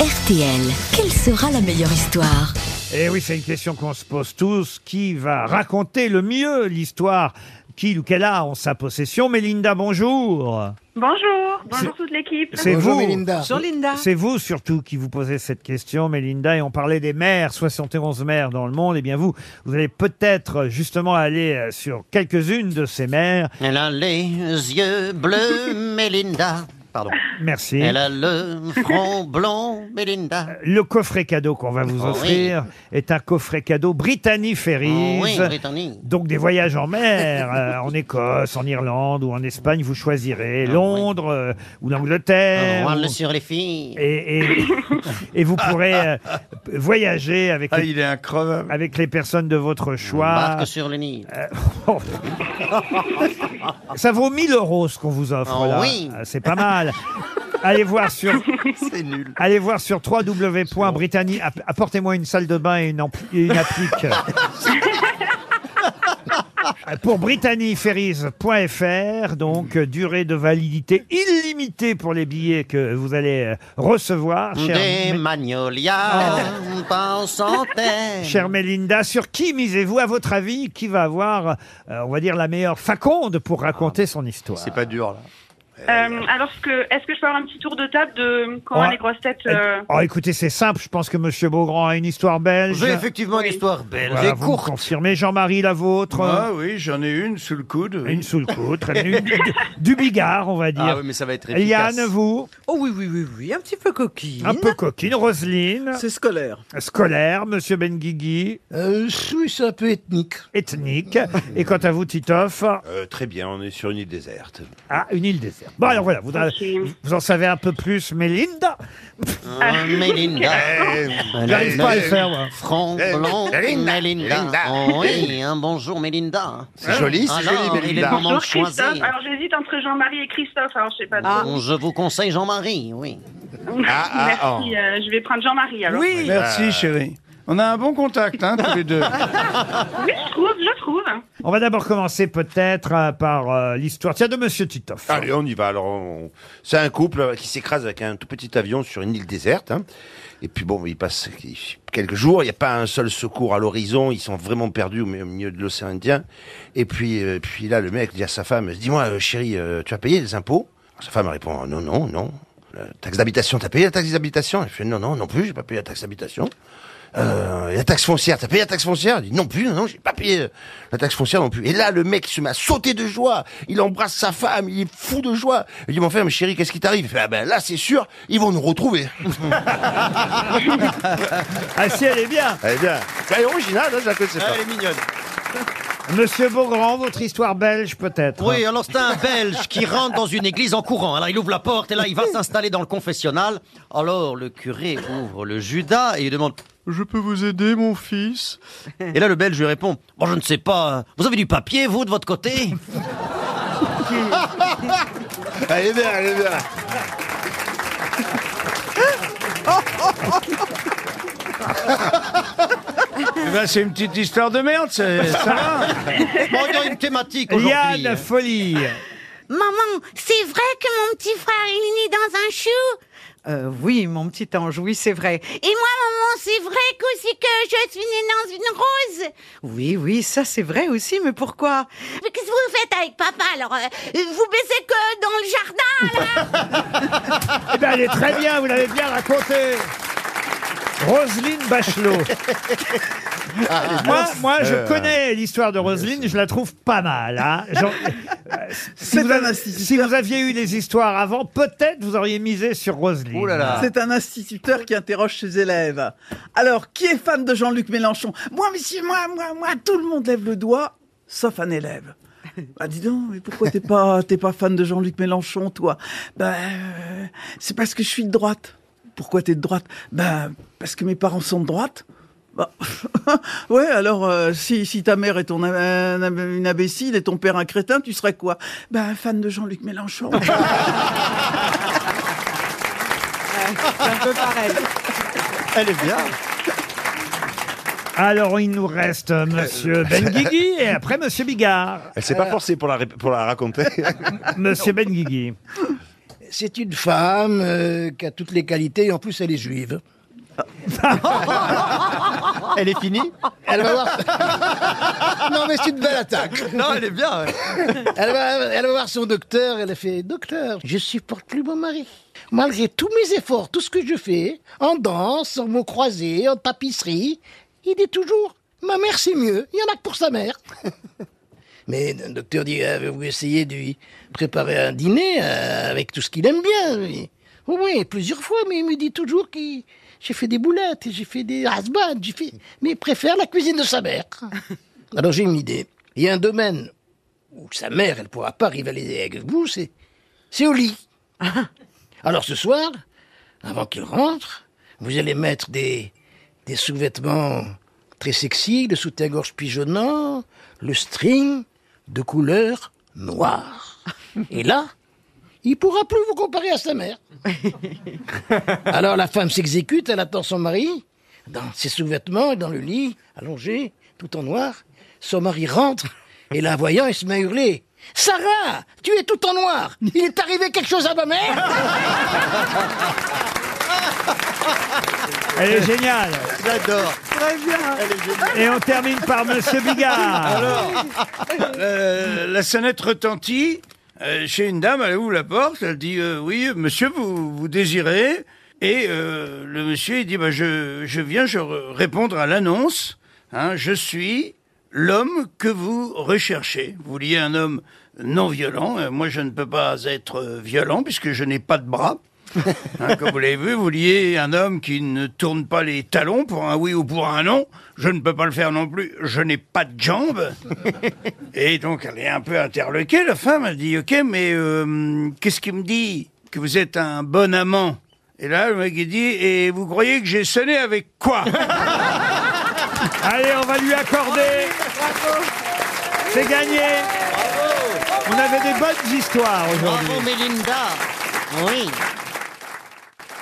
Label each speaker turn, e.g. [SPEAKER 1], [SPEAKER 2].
[SPEAKER 1] RTL, quelle sera la meilleure histoire
[SPEAKER 2] Et Eh oui, c'est une question qu'on se pose tous. Qui va raconter le mieux l'histoire qu'il ou qu'elle a en sa possession Mélinda, bonjour
[SPEAKER 3] Bonjour, bonjour toute l'équipe.
[SPEAKER 2] C'est
[SPEAKER 4] Bonjour,
[SPEAKER 2] vous
[SPEAKER 4] Mélinda.
[SPEAKER 5] Sur Linda.
[SPEAKER 2] C'est vous surtout qui vous posez cette question, Mélinda, et on parlait des maires, 71 maires dans le monde, et bien vous, vous allez peut-être justement aller euh, sur quelques-unes de ces maires.
[SPEAKER 6] Elle a les yeux bleus, Mélinda. Pardon.
[SPEAKER 2] Merci.
[SPEAKER 6] Elle a le front blond, Mélinda.
[SPEAKER 2] Le coffret cadeau qu'on va vous
[SPEAKER 6] Oh oui.
[SPEAKER 2] offrir est un coffret cadeau Brittany Ferries.
[SPEAKER 6] Oh Oui, Brittany.
[SPEAKER 2] Donc des voyages en mer, euh, en Écosse, en Irlande ou en Espagne, vous choisirez Londres euh, ou l'Angleterre.
[SPEAKER 6] Roi
[SPEAKER 2] ou-
[SPEAKER 6] Ah le sur les filles.
[SPEAKER 2] et, et- et vous pourrez euh, voyager avec, les,
[SPEAKER 4] Ah, est incroyable.
[SPEAKER 2] avec les personnes de votre choix.
[SPEAKER 6] Barque sur le Nil.
[SPEAKER 2] Euh, Ça vaut 1000 euros ce qu'on vous offre
[SPEAKER 6] Oh
[SPEAKER 2] là.
[SPEAKER 6] oui.
[SPEAKER 2] Euh, C'est pas mal. Allez voir sur
[SPEAKER 4] C'est nul.
[SPEAKER 2] allez voir sur www.britannie app- apportez-moi une salle de bain et une, ampli- et une applique. Pour britanniferries.fr, donc euh, durée de validité illimitée pour les billets que vous allez euh, recevoir, cher
[SPEAKER 6] Des
[SPEAKER 2] Mé- Ah.
[SPEAKER 6] magnolias, pas en centaines.
[SPEAKER 2] Chère Mélinda, sur qui misez-vous à votre avis Qui va avoir, euh, on va dire, la meilleure faconde pour
[SPEAKER 6] Ah,
[SPEAKER 2] raconter son histoire
[SPEAKER 4] C'est pas dur, là.
[SPEAKER 3] Euh, alors, est-ce que, est-ce que je peux avoir un petit tour de table de comment
[SPEAKER 2] Ouais.
[SPEAKER 3] les grosses têtes euh,
[SPEAKER 2] Euh, Oh, écoutez, c'est simple. Je pense que Monsieur Beaugrand a une histoire belge.
[SPEAKER 6] J'ai effectivement
[SPEAKER 3] Oui.
[SPEAKER 6] une histoire belle
[SPEAKER 2] Voilà,
[SPEAKER 6] et
[SPEAKER 2] vous me
[SPEAKER 6] courte.
[SPEAKER 2] confirmez. Jean-Marie, la vôtre.
[SPEAKER 4] Ah oui, j'en ai une sous le coude.
[SPEAKER 2] Une sous le coude, très bien. Une- du- du bigard, on va
[SPEAKER 4] Ah
[SPEAKER 2] dire.
[SPEAKER 4] oui, mais ça va être efficace.
[SPEAKER 2] Liane, vous,
[SPEAKER 5] Oh oui, oui, oui, oui, un petit peu coquine.
[SPEAKER 2] un peu coquine. Roselyne,
[SPEAKER 5] C'est scolaire.
[SPEAKER 2] scolaire. Monsieur Benguigui,
[SPEAKER 7] Euh, je suis ça un peu ethnique.
[SPEAKER 2] ethnique. Et quant à vous, Titoff,
[SPEAKER 8] Euh, très bien, on est sur une île déserte.
[SPEAKER 2] ah, une île déserte. Bon, alors voilà, vous, en-
[SPEAKER 3] Ok.
[SPEAKER 2] vous en savez un peu plus, Mélinda.
[SPEAKER 6] Ah, Mélinda.
[SPEAKER 4] Eh.
[SPEAKER 6] Elle a
[SPEAKER 2] J'arrive pas à le
[SPEAKER 6] le
[SPEAKER 2] faire, Eh, moi.
[SPEAKER 6] front blond,
[SPEAKER 8] Mélinda.
[SPEAKER 6] Mélinda.
[SPEAKER 8] Mélinda.
[SPEAKER 6] Oh oui, un bonjour, Mélinda.
[SPEAKER 4] C'est joli, c'est
[SPEAKER 6] Alors, Ah
[SPEAKER 4] joli,
[SPEAKER 6] il est
[SPEAKER 4] Mélinda.
[SPEAKER 6] moment de
[SPEAKER 3] Bonjour Christophe.
[SPEAKER 6] choisir.
[SPEAKER 3] Alors, j'hésite entre Jean-Marie et Christophe. Alors, je sais pas.
[SPEAKER 5] Ah.
[SPEAKER 6] Bon, Je vous conseille Jean-Marie, oui.
[SPEAKER 8] Ah, ah,
[SPEAKER 3] Merci. euh, je vais prendre Jean-Marie alors.
[SPEAKER 5] Oui.
[SPEAKER 4] Merci, chérie. On a un bon contact, hein, tous les deux.
[SPEAKER 3] Oui, je trouve, je trouve.
[SPEAKER 2] On va d'abord commencer peut-être euh, par euh, l'histoire tiens, de Monsieur Titoff.
[SPEAKER 8] Allez, on y va. Alors, on- c'est un couple qui s'écrase avec un tout petit avion sur une île déserte. hein. Et puis bon, il passe quelques jours. Il n'y a pas un seul secours à l'horizon. Ils sont vraiment perdus au mi- au milieu de l'océan Indien. Et puis, euh, puis là, le mec dit à sa femme "Dis-moi, euh, chérie, euh, tu as payé les impôts Alors, Sa femme répond "Non, non, non. La taxe d'habitation, t'as payé la taxe d'habitation Elle fait "Non, non, non plus. J'ai pas payé la taxe d'habitation." Euh, et la taxe foncière, t'as payé la taxe foncière Il dit non plus, non, non, j'ai pas payé euh, la taxe foncière non plus. Et là, le mec se met à sauter de joie. Il embrasse sa femme, il est fou de joie. Il dit, mon frère, mais chérie, qu'est-ce qui t'arrive Il fait, ah ben là, c'est sûr, ils vont nous retrouver.
[SPEAKER 2] Ah si, elle est bien.
[SPEAKER 8] Eh bien, c'est original, hein, je la connaissais pas.
[SPEAKER 6] est mignonne.
[SPEAKER 2] Monsieur Beaugrand, votre histoire belge peut-être.
[SPEAKER 6] Oui, alors c'est un Belge qui rentre dans une église en courant. Alors il ouvre la porte et là il va s'installer dans le confessionnal. Alors le curé ouvre le Judas et il demande
[SPEAKER 4] Je peux vous aider, mon fils
[SPEAKER 6] Et là le Belge lui répond Bon, je ne sais pas, euh, vous avez du papier vous de votre côté
[SPEAKER 8] Elle est bien, elle est bien.
[SPEAKER 4] Eh ben, C'est une petite histoire de merde, c'est- ça hein. va.
[SPEAKER 6] Bon, il y a une thématique aujourd'hui. hein.
[SPEAKER 2] Liane Folie.
[SPEAKER 9] Maman, c'est vrai que mon petit frère il est né dans un chou
[SPEAKER 5] Euh, oui, mon petit ange, oui, c'est vrai.
[SPEAKER 9] Et moi, maman, c'est vrai qu'aussi que je suis née dans une rose
[SPEAKER 5] Oui, oui, ça c'est vrai aussi, mais pourquoi
[SPEAKER 9] Mais qu'est-ce que vous faites avec papa alors euh, Vous baissez que dans le jardin là
[SPEAKER 2] Eh bien, elle est très bien, vous l'avez bien raconté. Roselyne Bachelot.
[SPEAKER 6] Ah,
[SPEAKER 2] moi, moi,
[SPEAKER 6] Euh,
[SPEAKER 2] je connais l'histoire de Roselyne, je la trouve pas mal. hein. Genre, euh, si, vous avez- si vous aviez eu des histoires avant, peut-être vous auriez misé sur Roselyne.
[SPEAKER 6] Oh là là.
[SPEAKER 10] C'est un instituteur qui interroge ses élèves. Alors, qui est fan de Jean-Luc Mélenchon Moi, monsieur, moi, moi, moi, tout le monde lève le doigt, sauf un élève. Bah dis donc, mais pourquoi t'es pas, t'es pas fan de Jean-Luc Mélenchon, toi Bah, euh, c'est parce que je suis de droite. Pourquoi t'es de droite Bah, parce que mes parents sont de droite. Bah, ouais, alors, euh, si, si ta mère est ton, am- am- une imbécile et ton père un crétin, tu serais quoi Bah, fan de Jean-Luc Mélenchon.
[SPEAKER 5] C'est un peu pareil.
[SPEAKER 4] Elle est bien.
[SPEAKER 2] Alors, il nous reste euh, Monsieur Benguigui et après Monsieur Bigard.
[SPEAKER 8] Elle s'est pas forcée pour la, ré- pour la raconter.
[SPEAKER 2] Monsieur Benguigui.
[SPEAKER 7] c'est une femme euh, qui a toutes les qualités et en plus elle est juive.
[SPEAKER 6] Elle est finie
[SPEAKER 7] Elle va voir. non, mais c'est une belle attaque.
[SPEAKER 6] Non, elle est bien. ouais.
[SPEAKER 7] Elle va, elle va voir son docteur, elle a fait Docteur, je supporte plus mon mari. Malgré tous mes efforts, tout ce que je fais, en danse, en mots croisés, en tapisserie, il dit toujours Ma mère, c'est mieux, il y en a que pour sa mère. Mais le docteur dit Avez-vous essayé de lui préparer un dîner euh, avec tout ce qu'il aime bien lui Oui, oui, plusieurs fois, mais il me dit toujours que j'ai fait des boulettes, j'ai fait des rasbats, j'ai fait. Mais il préfère la cuisine de sa mère. Alors j'ai une idée. Il y a un domaine où sa mère, elle ne pourra pas rivaliser avec vous, c'est, c'est au lit. Alors ce soir, avant qu'il rentre, vous allez mettre des, des sous-vêtements très sexy, le soutien-gorge pigeonnant, le string de couleur noire. Et là, il pourra plus vous comparer à sa mère. Alors la femme s'exécute, elle attend son mari dans ses sous-vêtements et dans le lit, allongé, tout en noir. Son mari rentre et la voyant, il se met à hurler. Sarah, tu es tout en noir. Il est arrivé quelque chose à ma mère
[SPEAKER 2] Elle est géniale.
[SPEAKER 6] J'adore.
[SPEAKER 10] Très bien.
[SPEAKER 2] Et on termine par Monsieur Bigard.
[SPEAKER 4] Alors, euh, la sonnette retentit euh, chez une dame, elle ouvre la porte, elle dit euh, Oui, monsieur, vous, vous désirez Et euh, le monsieur, il dit bah, je, je viens je re- répondre à l'annonce. hein, je suis l'homme que vous recherchez. Vous vouliez un homme non violent. euh, moi, je ne peux pas être euh, violent puisque je n'ai pas de bras. Hein, comme vous l'avez vu, vous liez un homme qui ne tourne pas les talons pour un oui ou pour un non. Je ne peux pas le faire non plus. Je n'ai pas de jambes. Et donc, elle est un peu interloquée, la femme. Elle dit, OK, mais euh, qu'est-ce qu'il me dit Que vous êtes un bon amant. Et là, le mec, il dit, et vous croyez que j'ai sonné avec quoi
[SPEAKER 2] Allez, on va lui accorder. C'est gagné. On avait des bonnes histoires aujourd'hui.
[SPEAKER 6] Bravo, Mélinda. Oui.